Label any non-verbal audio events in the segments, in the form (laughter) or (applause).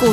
股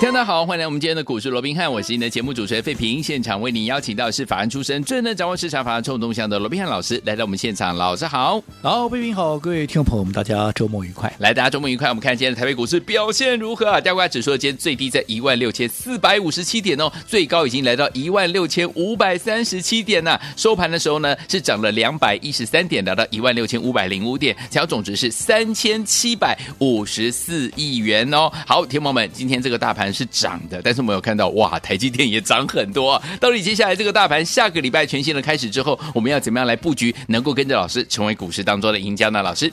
大家好，欢迎来我们今天的股市罗宾汉，我是您的节目主持人费平。现场为您邀请到的是法案出身、最能掌握市场法案冲动向的罗宾汉老师来到我们现场，老师好。好，贵宾好，各位听众朋友们，大家周末愉快。来，大家周末愉快。我们看今天的台北股市表现如何啊？加权指数今天最低在一万六千四百五十七点哦，最高已经来到一万六千五百三十七点呐、收盘的时候呢，是涨了两百一十三点，来到一万六千五百零五点，成交总值是三千七百五十四亿元哦。好，天友们，今天这个大盘是涨的，但是我们有看到哇，台积电也涨很多、啊。到底接下来这个大盘下个礼拜全新的开始之后，我们要怎么样来布局，能够跟着老师成为股市当中的赢家呢？老师，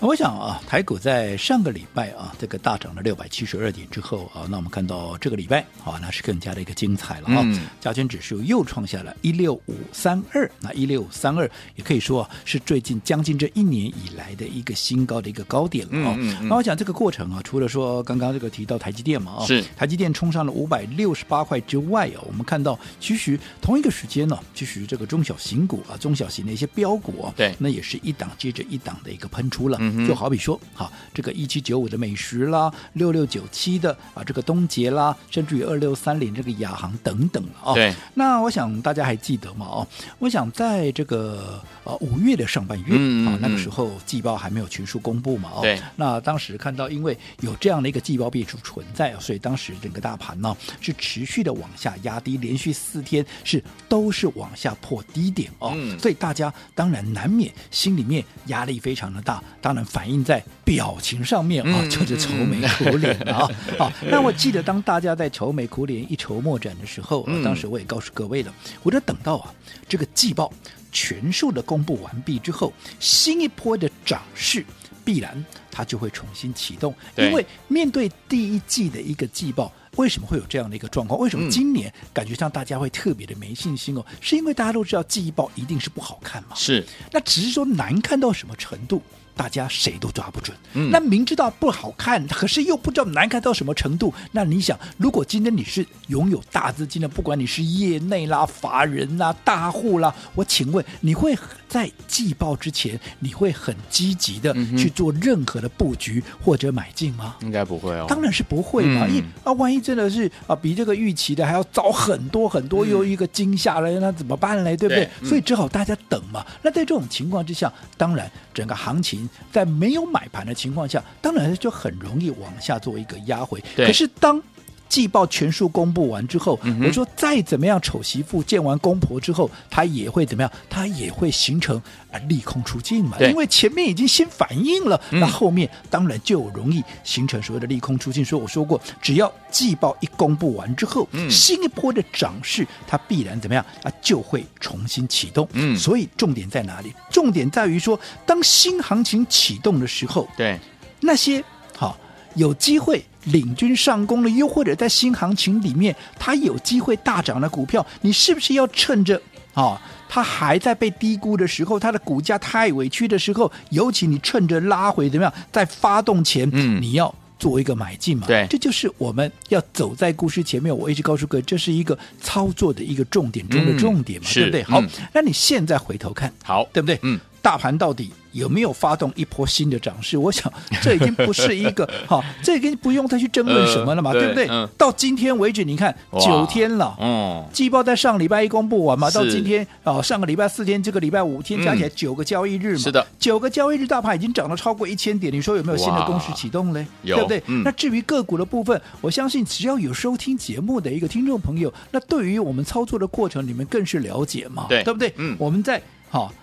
我想啊，台股在上个礼拜啊，这个大涨了六百七十二点之后啊，那我们看到这个礼拜啊，那是更加的一个精彩了啊。嗯加权指数又创下了一六五三二，那一六五三二也可以说啊是最近将近这一年以来的一个新高的一个高点了啊。嗯嗯嗯那我想这个过程啊，除了说刚刚这个提到台积电嘛啊，是台积电冲上了五百六十八块之外啊，我们看到其实同一个时间呢、其实这个中小型股啊、中小型的一些标股啊，对那也是一档接着一档的一个喷出了。嗯哼就好比说，好这个一七九五的美食啦，六六九七的啊这个东杰啦，甚至于二六三零这个亚航等等了啊。对，那我想大家还记得嘛？哦，我想在这个呃五月的上半月嗯啊嗯，那个嗯时候季报还没有全数公布嘛？哦，对那当时看到，因为有这样的一个季报变数存在，所以当时整个大盘呢是持续的往下压低，连续四天是都是往下破低点哦，嗯所以大家当然难免心里面压力非常的大，当然反映在表情上面啊、嗯就是愁眉苦脸啊。 (laughs) 好，那我记得当大家在愁眉苦脸、一筹莫展的时候，呃嗯当时我也告诉各位了，我就等到啊这个季报全数的公布完毕之后，新一波的涨势必然它就会重新启动，对因为面对第一季的一个季报。为什么会有这样的一个状况？为什嗯么今年感觉上大家会特别的没信心哦？是因为大家都知道季报一定是不好看嘛？是那只是说难看到什么程度，大家谁都抓不准。嗯那明知道不好看，可是又不知道难看到什么程度。那你想，如果今天你是拥有大资金的，不管你是业内啦、法人啦、大户啦，我请问你会在季报之前，你会很积极的嗯哼去做任何的布局或者买进吗？应该不会哦当然是不会嘛，嗯因为啊，万一真的是啊，比这个预期的还要早很多很多，又一个惊吓了，那怎么办嘞？对不对？对嗯所以只好大家等嘛。那在这种情况之下，当然整个行情在没有买盘的情况下，当然就很容易往下做一个压回。对可是当季报全数公布完之后，嗯哼我说再怎么样，丑媳妇见完公婆之后，她也会怎么样？她也会形成啊利空出尽嘛，对因为前面已经先反应了，嗯那后面当然就容易形成所谓的利空出尽。所以我说过，只要季报一公布完之后，嗯新一波的涨势它必然怎么样啊，就会重新启动。嗯所以重点在哪里？重点在于说，当新行情启动的时候，对，那些好、有机会领军上攻的，又或者在新行情里面它有机会大涨的股票，你是不是要趁着啊、它还在被低估的时候，它的股价太委屈的时候，尤其你趁着拉回怎么样，在发动前，嗯你要。做一个买进嘛，对这就是我们要走在故事前面。我一直告诉各位，这是一个操作的一个重点中的嗯重点嘛，是对不对？好，嗯那你现在回头看，好，对不对？嗯，大盘到底有没有发动一波新的涨势？(laughs) 我想这已经不是一个哈、这已经不用再去争论什么了嘛，呃对不对？对 (laughs) 嗯到今天为止，你看哇九天了。哦，季报在上礼拜一公布完嘛，是嗯到今天啊、上个礼拜四天，这个礼拜五天，加起来九个交易日嘛，是的，九个交易日大盘已经涨了超过一千点，你说有没有新的哇攻势启动嘞？有对不对？嗯那至于个股的部分，我相信只要有收听节目的一个听众朋友，那对于我们操作的过程，你们更是了解嘛，对不对？嗯我们在好。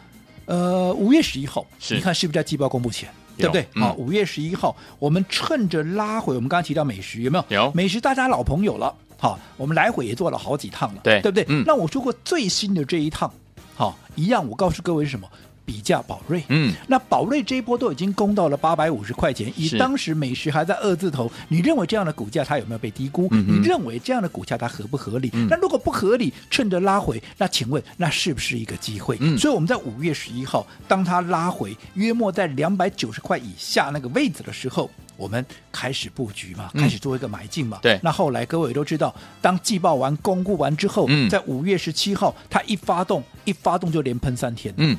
呃，五月十一号，是你看是不是在季报公布前，对不对有？嗯好、五月十一号，我们趁着拉回，我们刚刚提到美食有没有？有美食，大家老朋友了，好，我们来回也做了好几趟了，对对不对？嗯那我说过最新的这一趟，好，一样，我告诉各位是什么？比价宝瑞。嗯，那宝瑞这一波都已经攻到了八百五十块钱，以是当时美食还在二字头，你认为这样的股价它有没有被低估？嗯哼嗯你认为这样的股价它合不合理？那如果不合理，趁着拉回，那请问那是不是一个机会？嗯所以我们在五月十一号，当它拉回约莫在两百九十块以下那个位置的时候。我们开始布局嘛，嗯开始做一个买进嘛。对那后来各位也都知道，当季报完、公布完之后，嗯在五月十七号，它一发动，一发动就连喷三天。嗯，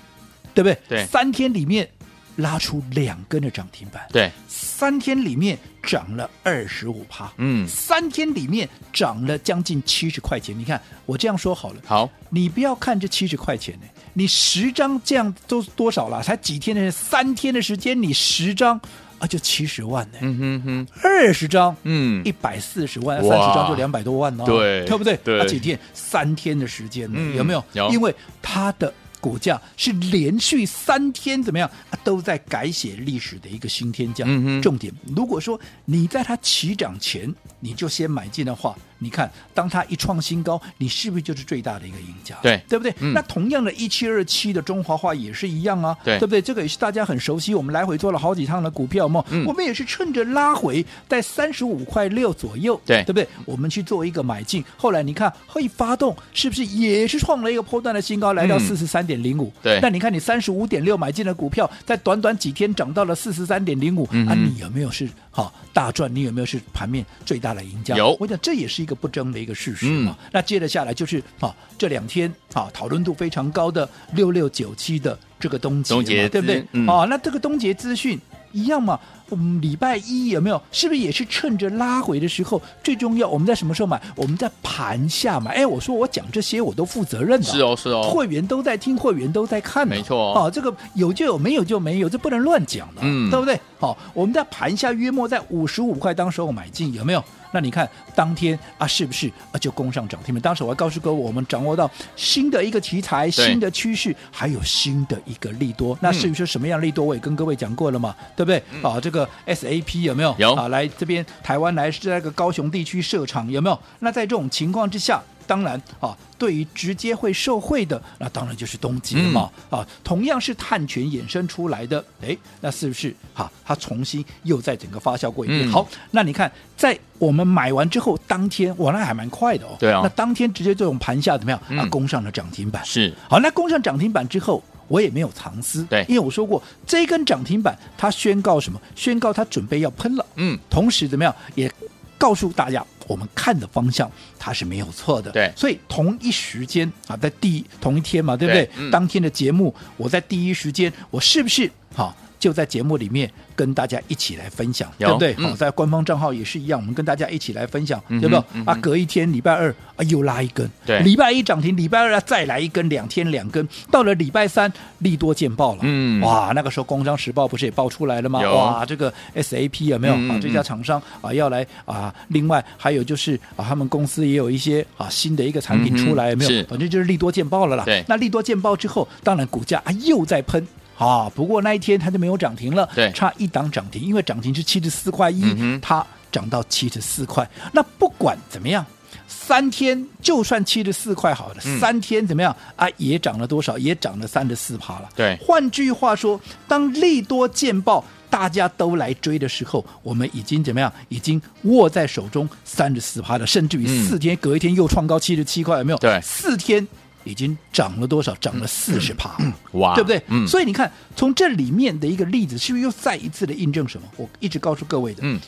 对不对？对三天里面拉出两根的涨停板，对，三天里面涨了二十五趴，嗯，三天里面涨了将近七十块钱。你看，我这样说好了，好，你不要看这七十块钱呢、你十张这样都多少啦？才几天的时间，三天的时间，你十张啊就七十万呢、嗯哼哼，二十张，嗯一百四十万，三哇十张就两百多万哦，对对不对？对那几天三天的时间呢，嗯有没有？有因为它的股价是连续三天怎么样、啊都在改写历史的一个新天价。嗯哼重点，如果说你在它起涨前你就先买进的话，你看当它一创新高，你是不是就是最大的一个赢家？对对不对？嗯那同样的，一七二七的中华化也是一样啊，对对不对？这个也是大家很熟悉，我们来回做了好几趟的股票嘛，嗯我们也是趁着拉回在三十五块六左右，对对不对？我们去做一个买进，后来你看会发动，是不是也是创了一个波段的新高，来到嗯四十三点零五？对那你看你三十五点六买进的股票，在短短几天涨到了四十三点零五嗯啊，哼你有没有是好大赚？你有没有是盘面最大的赢家？有我想这也是一个不争的一个事实嘛。嗯那接着下来就是啊，这两天啊讨论度非常高的六六九七的这个东杰嘛，东杰对不对资？嗯哦，那这个东杰资讯一样嘛？我们礼拜一有没有？是不是也是趁着拉回的时候？最重要，我们在什么时候买？我们在盘下买。哎，我说我讲这些我都负责任的，啊是哦，是哦，会员都在听，会员都在看嘛，没错哦这个有就有，没有就没有，这不能乱讲的，嗯对不对？好、我们在盘下约莫在五十五块，当时候买进有没有？那你看当天啊，是不是啊就攻上涨停板？当时我还告诉各位，我们掌握到新的一个题材、新的趋势，还有新的一个利多。那至于说什么样的利多，我也跟各位讲过了嘛，对不对？嗯啊，这个 SAP 有没有？有啊，来这边台湾来是在个高雄地区设厂，有没有？那在这种情况之下，当然啊，对于直接会受惠的，那当然就是东吉了嘛、嗯啊，同样是碳权衍生出来的，哎，那是不是哈、它重新又在整个发酵过一遍。嗯好，那你看，在我们买完之后，当天哇，那还蛮快的哦。对啊那当天直接这种盘下怎么样、啊嗯？攻上了涨停板。是，好，那攻上涨停板之后，我也没有藏私，对因为我说过，这根涨停板它宣告什么？宣告它准备要喷了，嗯，同时怎么样也告诉大家，我们看的方向它是没有错的，对所以同一时间啊，在第一同一天嘛，对不对？对嗯当天的节目，我在第一时间，我是不是好？就在节目里面跟大家一起来分享，有对不对？嗯好、在官方账号也是一样，我们跟大家一起来分享，嗯哼对不对？嗯啊，哼隔一天礼拜二啊又拉一根，对礼拜一涨停，礼拜二啊再来一根，两天两根，到了礼拜三利多见报了，嗯哇，那个时候《工商时报》不是也爆出来了吗？有哇，这个 SAP 有没有、嗯嗯啊嗯？这家厂商啊要来啊，另外还有就是啊，他们公司也有一些啊新的一个产品嗯哼出来，有没有？是反正就是利多见报了啦。对那利多见报之后，当然股价啊又在喷。啊，不过那一天它就没有涨停了，对差一档涨停，因为涨停是七十四块一、嗯哼它涨到七十四块。那不管怎么样，三天就算七十四块好了，嗯三天怎么样啊？也涨了多少？也涨了三十四趴了。对换句话说，当利多见报。大家都来追的时候，我们已经怎么样？已经握在手中三十四趴了，甚至于嗯四天、隔一天又创高七十七块，有没有？对四天已经涨了多少？涨了四十趴。 (clears throat) 哇，对不对？嗯，所以你看，从这里面的一个例子，是不是又再一次的印证什么？我一直告诉各位的，嗯，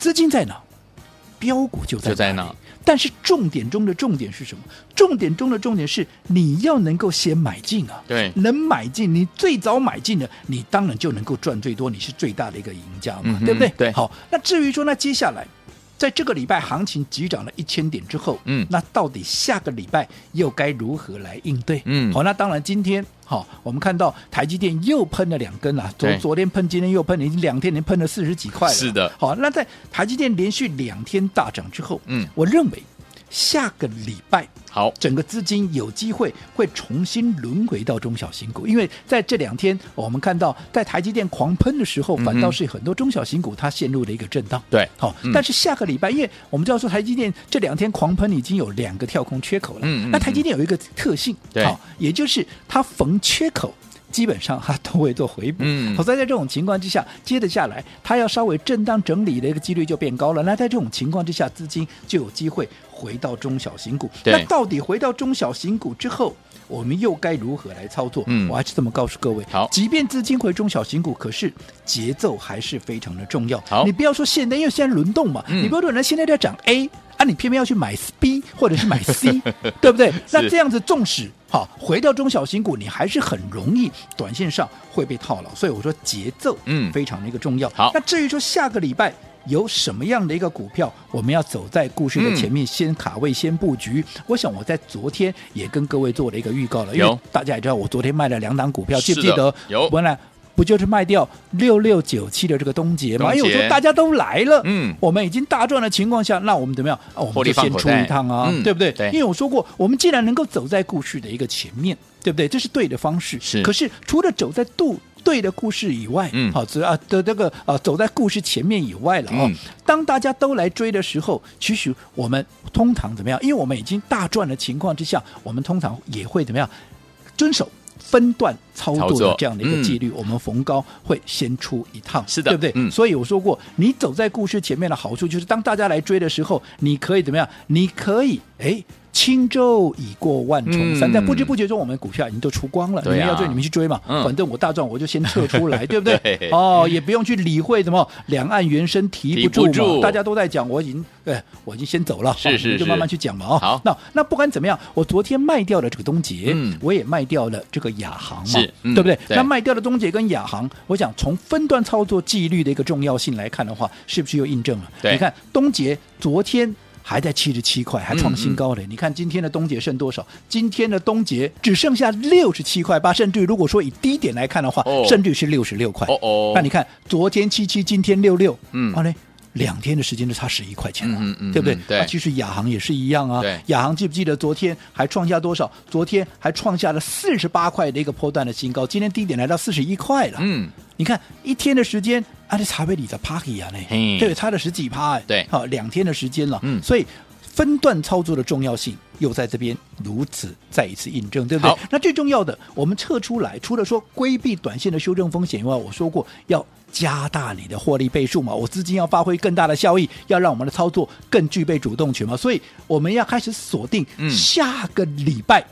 资金在哪，标股就在就在哪里哪。但是重点中的重点是什么？重点中的重点是你要能够先买进啊，对能买进，你最早买进的，你当然就能够赚最多，你是最大的一个赢家嘛，嗯哼对不对？对好，那至于说那接下来。在这个礼拜行情急涨了一千点之后，嗯那到底下个礼拜又该如何来应对？嗯好，那当然今天好、我们看到台积电又喷了两根了、啊昨对昨天喷，今天又喷，已经两天连喷了四十几块了。是的好，那在台积电连续两天大涨之后，嗯我认为下个礼拜好，整个资金有机会会重新轮回到中小型股，因为在这两天我们看到，在台积电狂喷的时候，哼反倒是很多中小型股它陷入了一个震荡。对好、嗯但是下个礼拜，因为我们知道说台积电这两天狂喷已经有两个跳空缺口了，嗯嗯那台积电有一个特性，对好、也就是它逢缺口。基本上它都会做回补。嗯好，所以在这种情况之下，接着下来它要稍微震荡整理的一个几率就变高了。那在这种情况之下，资金就有机会回到中小型股。对那到底回到中小型股之后？我们又该如何来操作？嗯我还是这么告诉各位。好即便资金回中小型股，可是节奏还是非常的重要。好你不要说现在，因为现在轮动嘛，嗯你不要说人家现在在涨 A 啊，你偏偏要去买 B 或者是买 (laughs) C，对不对？那这样子，纵使好回到中小型股，你还是很容易短线上会被套牢。所以我说节奏嗯非常的一个重要。好那至于说下个礼拜。有什么样的一个股票，我们要走在故事嗯的前面，先卡位，先布局？我想我在昨天也跟各位做了一个预告了，因有为大家也知道我昨天卖了两档股票，记不是记的得？有本来不就是卖掉六六九七的这个东杰吗？东因为我杰说大家都来了，嗯我们已经大赚的情况下，那我们怎么样？啊，我获们利就放先口出袋一趟啊，嗯对不对？对因为我说过，我们既然能够走在故事的一个前面，对不对？这是对的方式。是可是除了走在度。对的故事以外，嗯好，只啊的这个啊，走在故事前面以外了哦。嗯当大家都来追的时候，其实我们通常怎么样？因为我们已经大赚的情况之下，我们通常也会怎么样？遵守分段操操作作的这样的一个嗯纪律，我们逢高会先出一趟，是的对不对？嗯所以我说过，你走在故事前面的好处就是，当大家来追的时候，你可以怎么样？你可以哎。轻舟已过万重山，嗯在不知不觉中，我们股票已经都出光了。对啊你们要追，你们去追嘛。嗯反正我大赚，我就先撤出 (laughs) 来，对不对？对哦，也不用去理会什么两岸原声提不住提不嘛住，大家都在讲，我已经，哎，我已经先走了，是哦是你们就是慢慢去讲嘛。哦，好那那不管怎么样，我昨天卖掉了这个东杰，嗯我也卖掉了这个亚航嘛，是嗯对不对？对那卖掉的东杰跟亚航，我想从分段操作纪律的一个重要性来看的话，是不是又印证了？对你看东杰昨天。还在七十七块，还创新嗯高的。你看今天的东杰剩多少？今天的东杰只剩下六十七块八，甚至于如果说以低点来看的话，哦甚至于是六十六块。哦哦那你看昨天七七，今天六六，嗯好嘞，两天的时间就差十一块钱了，嗯嗯嗯对不对？嗯对啊其实亚航也是一样啊对。亚航记不记得昨天还创下多少？昨天还创下了四十八块的一个波段的新高，今天低点来到四十一块了。嗯，你看一天的时间，啊，这茶杯里的 party 啊，嘿那对，差了十几趴哎，对好、两天的时间了，嗯所以。分段操作的重要性又在这边如此再一次印证，对不对好？那最重要的，我们撤出来，除了说规避短线的修正风险以外，我说过要加大你的获利倍数嘛，我资金要发挥更大的效益，要让我们的操作更具备主动权嘛，所以我们要开始锁定嗯下个礼拜。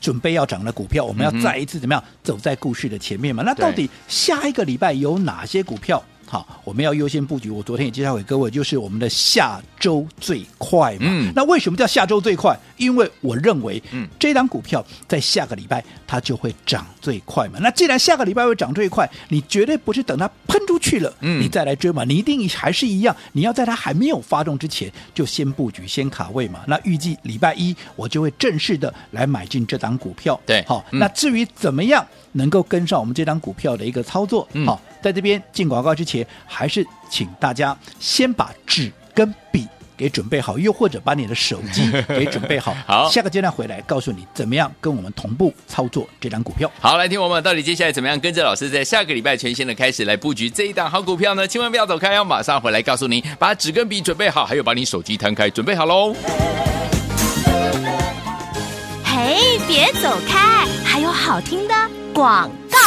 准备要涨的股票，我嗯们要再一次怎么样、走在故事的前面嘛？那到底下一个礼拜有哪些股票？好，我们要优先布局。我昨天也介绍给各位，就是我们的下周最快嘛。嗯那为什么叫下周最快？因为我认为，嗯这档股票在下个礼拜它就会涨最快嘛。那既然下个礼拜会涨最快，你绝对不是等它喷出去了，嗯你再来追嘛，你一定还是一样，你要在它还没有发动之前就先布局、先卡位嘛。那预计礼拜一我就会正式的来买进这档股票。对好，嗯那至于怎么样能够跟上我们这张股票的一个操作，嗯好，在这边进广告之前，还是请大家先把纸跟笔。给准备好，又或者把你的手机给准备好。 (laughs) 好下个阶段回来告诉你怎么样跟我们同步操作这张股票。好，来听我们到底接下来怎么样跟着老师在下个礼拜全新的开始来布局这一档好股票呢？千万不要走开哦，马上回来告诉您，把纸跟笔准备好，还有把你手机摊开，准备好喽。嘿，别走开，还有好听的广告。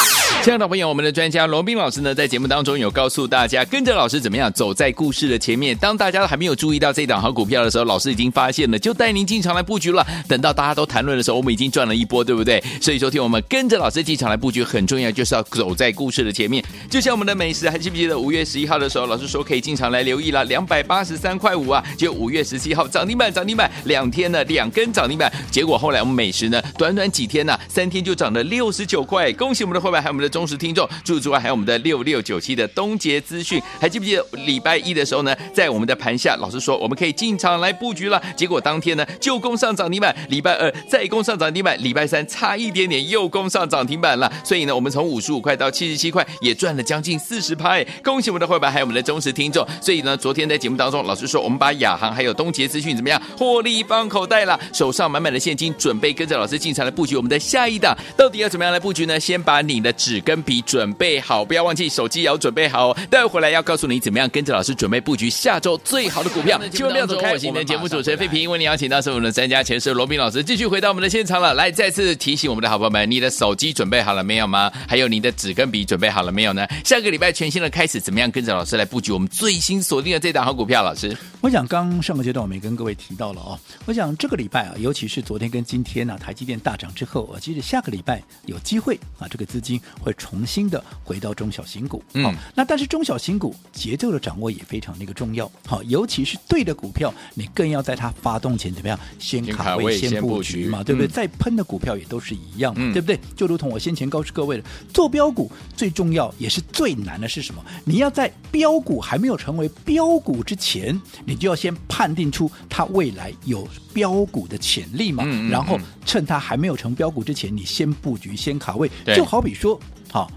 亲爱的朋友，我们的专家罗斌老师呢，在节目当中有告诉大家，跟着老师怎么样走在故事的前面。当大家还没有注意到这档好股票的时候，老师已经发现了，就带您进场来布局了。等到大家都谈论的时候，我们已经赚了一波，对不对？所以说，听我们跟着老师进场来布局很重要，就是要走在故事的前面。就像我们的美食，还记不记得五月十一号的时候，老师说可以进场来留意了，两百八十三块五啊，就五月十七号涨停板，涨停板两天呢，两根涨停板，结果后来我们美食呢，短短几天呢、三天就涨了六十九块，恭喜我们的会员，还有我们的忠实听众，除此之外，还有我们的六六九七的东杰资讯，还记不记得礼拜一的时候呢，在我们的盘下，老师说我们可以进场来布局了，结果当天呢就攻上涨停板，礼拜二再攻上涨停板，礼拜三差一点点又攻上涨停板了，所以呢，我们从五十五块到七十七块，也赚了将近四十趴，哎恭喜我们的会员，还有我们的忠实听众。所以呢，昨天在节目当中，老师说我们把亚航还有东杰资讯怎么样获利放口袋了，手上满满的现金，准备跟着老师进场来布局我们的下一档，到底要怎么样来布局呢？先把你的纸跟跟笔准备好，不要忘记手机也要准备好哦。待会回来要告诉你怎么样跟着老师准备布局下周最好的股票，千万不要走开。我们的节目主持人费平为你邀请到是我们的专家前师罗斌老师，继续回到我们的现场了。来，再次提醒我们的好朋友们，你的手机准备好了没有吗？还有你的纸跟笔准备好了没有呢？下个礼拜全新的开始，怎么样跟着老师来布局我们最新锁定的这档好股票？老师，我想刚上个阶段我们也跟各位提到了哦，我想这个礼拜啊，尤其是昨天跟今天呢、啊台积电大涨之后，我记得下个礼拜有机会啊，这个资金会重新的回到中小型股。嗯好那但是中小型股节奏的掌握也非常的一个重要。好，尤其是对的股票，你更要在它发动前怎么样，先先卡卡位位先先布布局局嘛，对不对？嗯再喷的股票也都是一样嘛，嗯对不对？就如同我先前告诉各位的，做标股最重要也是最难的是什么？你要在标股还没有成为标股之前，你就要先判定出它未来有标股的潜力嘛，嗯嗯然后嗯趁它还没有成标股之前，你先布局，先卡位对。就好比说，好、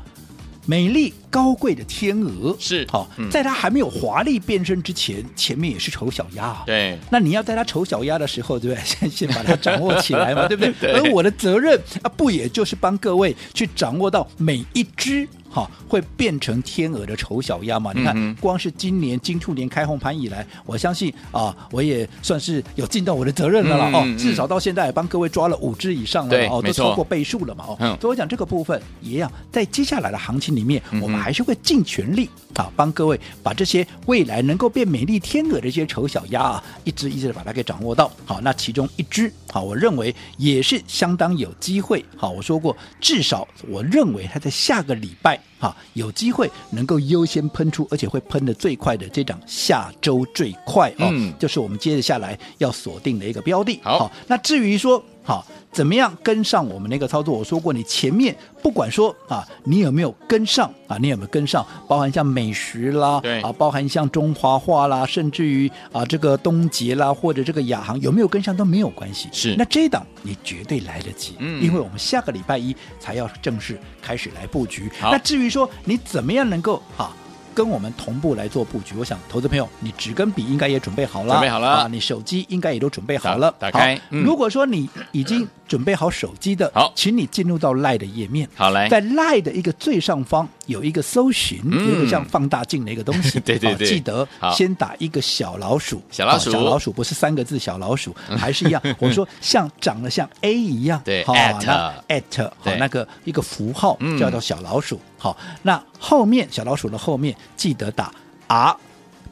美丽高贵的天鹅是好、嗯在它还没有华丽变身之前，前面也是丑小鸭、啊。对那你要在它丑小鸭的时候，对不 (laughs) 对？先先把它掌握起 (laughs) 来嘛，对不对？对而我的责任啊，不也就是帮各位去掌握到每一只哈、会变成天鹅的丑小鸭嘛？你看，嗯哼光是今年金兔年开红盘以来，我相信啊，我也算是有尽到我的责任了啦、嗯嗯哦，至少到现在也帮各位抓了五只以上了对啦哦，没都错超过倍数了嘛哦。嗯所以我讲这个部分一样，在接下来的行情里面，嗯哼我们还是会尽全力啊，帮各位把这些未来能够变美丽天鹅的这些丑小鸭啊，一只一只的把它给掌握到。好，那其中一只，好，我认为也是相当有机会。好，我说过，至少我认为它在下个礼拜哈有机会能够优先喷出，而且会喷的最快的这档下周最快哦，嗯就是我们接着下来要锁定的一个标的。好那至于说好怎么样跟上我们那个操作，我说过，你前面不管说啊，你有没有跟上啊，你有没有跟上，包含像美食啦，对啊，包含像中华化啦，甚至于啊这个东杰啦，或者这个亚航有没有跟上都没有关系。是那这一档你绝对来得及，嗯因为我们下个礼拜一才要正式开始来布局。好那至于说你怎么样能够啊？跟我们同步来做布局，我想投资朋友，你纸跟笔应该也准备好了，准备好了啊，你手机应该也都准备好了，打打开好嗯如果说你已经准备好手机的，好请你进入到赖的页面，好来在赖的一个最上方有一个搜寻，嗯有一个像放大镜的一个东西， (laughs) 对对好对记得好先打一个小老鼠，小老鼠嗯好小老鼠不是三个字小老鼠，还是 (laughs) 一样，我说像长得像 A 一样，对好 at 那 at 好对那个一个符号嗯叫做小老鼠，好，那后面小老鼠的后面记得打 R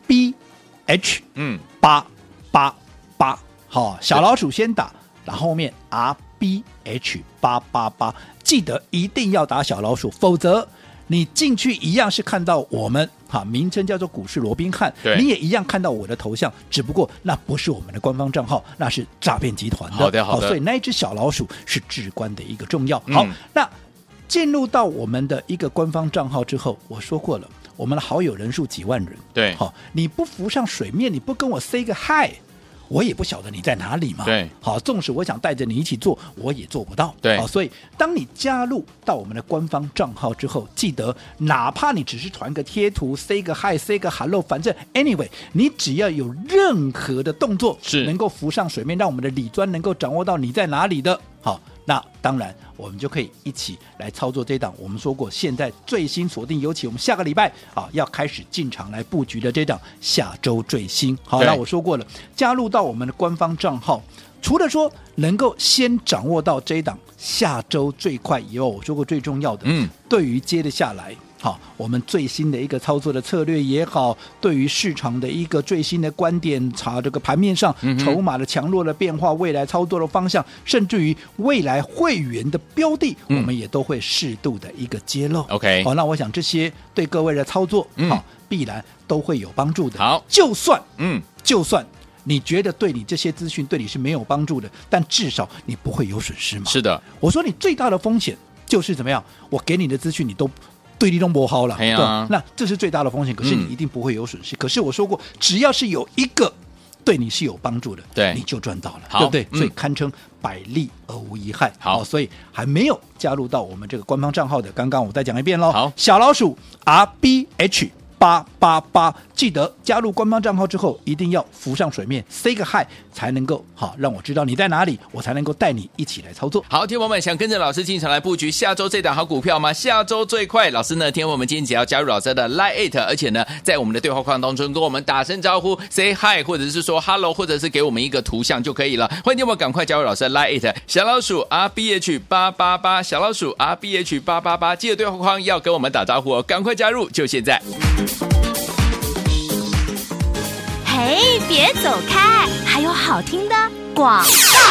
B H 嗯，八八八，好，小老鼠先打，然后后面 R B H 八八八，记得一定要打小老鼠，否则你进去一样是看到我们哈，名称叫做股市罗宾汉对，你也一样看到我的头像，只不过那不是我们的官方账号，那是诈骗集团的，好的好的所以那一只小老鼠是至关的一个重要。好，嗯那进入到我们的一个官方账号之后，我说过了，我们的好友人数几万人，对好、你不浮上水面，你不跟我 say 个 hi，我也不晓得你在哪里嘛。对好，纵使我想带着你一起做，我也做不到。对好，所以当你加入到我们的官方账号之后，记得哪怕你只是传个贴图，say 个 hi，say 个 hello，反正 anyway，你只要有任何的动作是能够浮上水面，让我们的理专能够掌握到你在哪里的，好。那当然，我们就可以一起来操作这档我们说过现在最新锁定，尤其我们下个礼拜啊要开始进场来布局的这档下周最新。好，对那我说过了，加入到我们的官方账号，除了说能够先掌握到这一档下周最快以外，我说过最重要的，嗯，对于接得下来。好，我们最新的一个操作的策略也好，对于市场的一个最新的观点，查这个盘面上、嗯哼筹码的强弱的变化，未来操作的方向，甚至于未来会员的标的，嗯我们也都会适度的一个揭露。 OK 好，那我想这些对各位的操作，嗯好，必然都会有帮助的。好就算嗯，就算你觉得对你这些资讯对你是没有帮助的，但至少你不会有损失嘛。是的，我说你最大的风险就是怎么样？我给你的资讯你都对立都磨好了，哎呀吧那这是最大的风险，可是嗯你一定不会有损失。可是我说过，只要是有一个对你是有帮助的，对你就赚到了，好对不对？嗯所以堪称百利而无一害。好哦所以还没有加入到我们这个官方账号的，刚刚我再讲一遍喽。好小老鼠 R B H 八八八，记得加入官方账号之后，一定要浮上水面，say 个 hi 才能够好让我知道你在哪里，我才能够带你一起来操作。好，天王们想跟着老师进场来布局下周这档好股票吗？下周最快，老师呢，天王们今天只要加入老师的 Line It，而且呢，在我们的对话框当中跟我们打声招呼，say hi，或者是说 hello，或者是给我们一个图像就可以了。欢迎天王赶快加入老师的 Line It，小老鼠 R B H 八八八，小老鼠 R B H 八八八，记得对话框要跟我们打招呼哦，赶快加入，就现在。嘿，别走开，还有好听的广。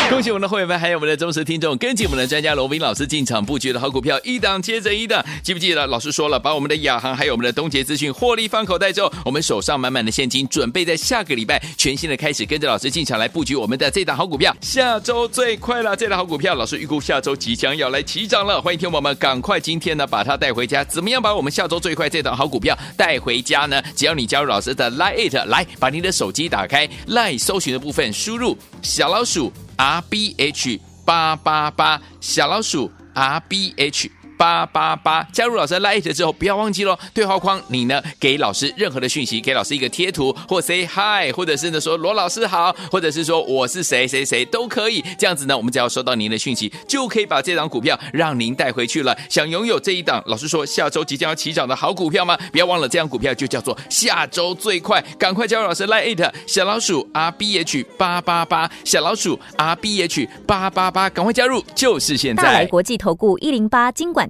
恭喜我们的会员们，还有我们的忠实听众，跟紧我们的专家罗斌老师进场布局的好股票，一档接着一档。记不记得老师说了，把我们的亚航还有我们的东杰资讯获利放口袋之后，我们手上满满的现金，准备在下个礼拜全新的开始，跟着老师进场来布局我们的这档好股票。下周最快了，这档好股票，老师预估下周即将要来起涨了，欢迎听我们赶快今天呢把它带回家。怎么样把我们下周最快这档好股票带回家呢？只要你加入老师的 Line It，来把你的手机打开，Line 搜寻的部分输入小老鼠。R B H 八八八小老鼠 R B H 八八八加入老师的 Lite 之后，不要忘记喽。对话框你呢给老师任何的讯息，给老师一个贴图或 say hi，或者是呢说罗老师好，或者是说我是谁谁谁都可以。这样子呢，我们只要收到您的讯息，就可以把这档股票让您带回去了。想拥有这一档，老师说下周即将要起涨的好股票吗？不要忘了，这档股票就叫做下周最快，赶快加入老师 Lite 小老鼠 R B H 八八八小老鼠 R B H 八八八，赶快加入，就是现大来在。国际投顾一零八金管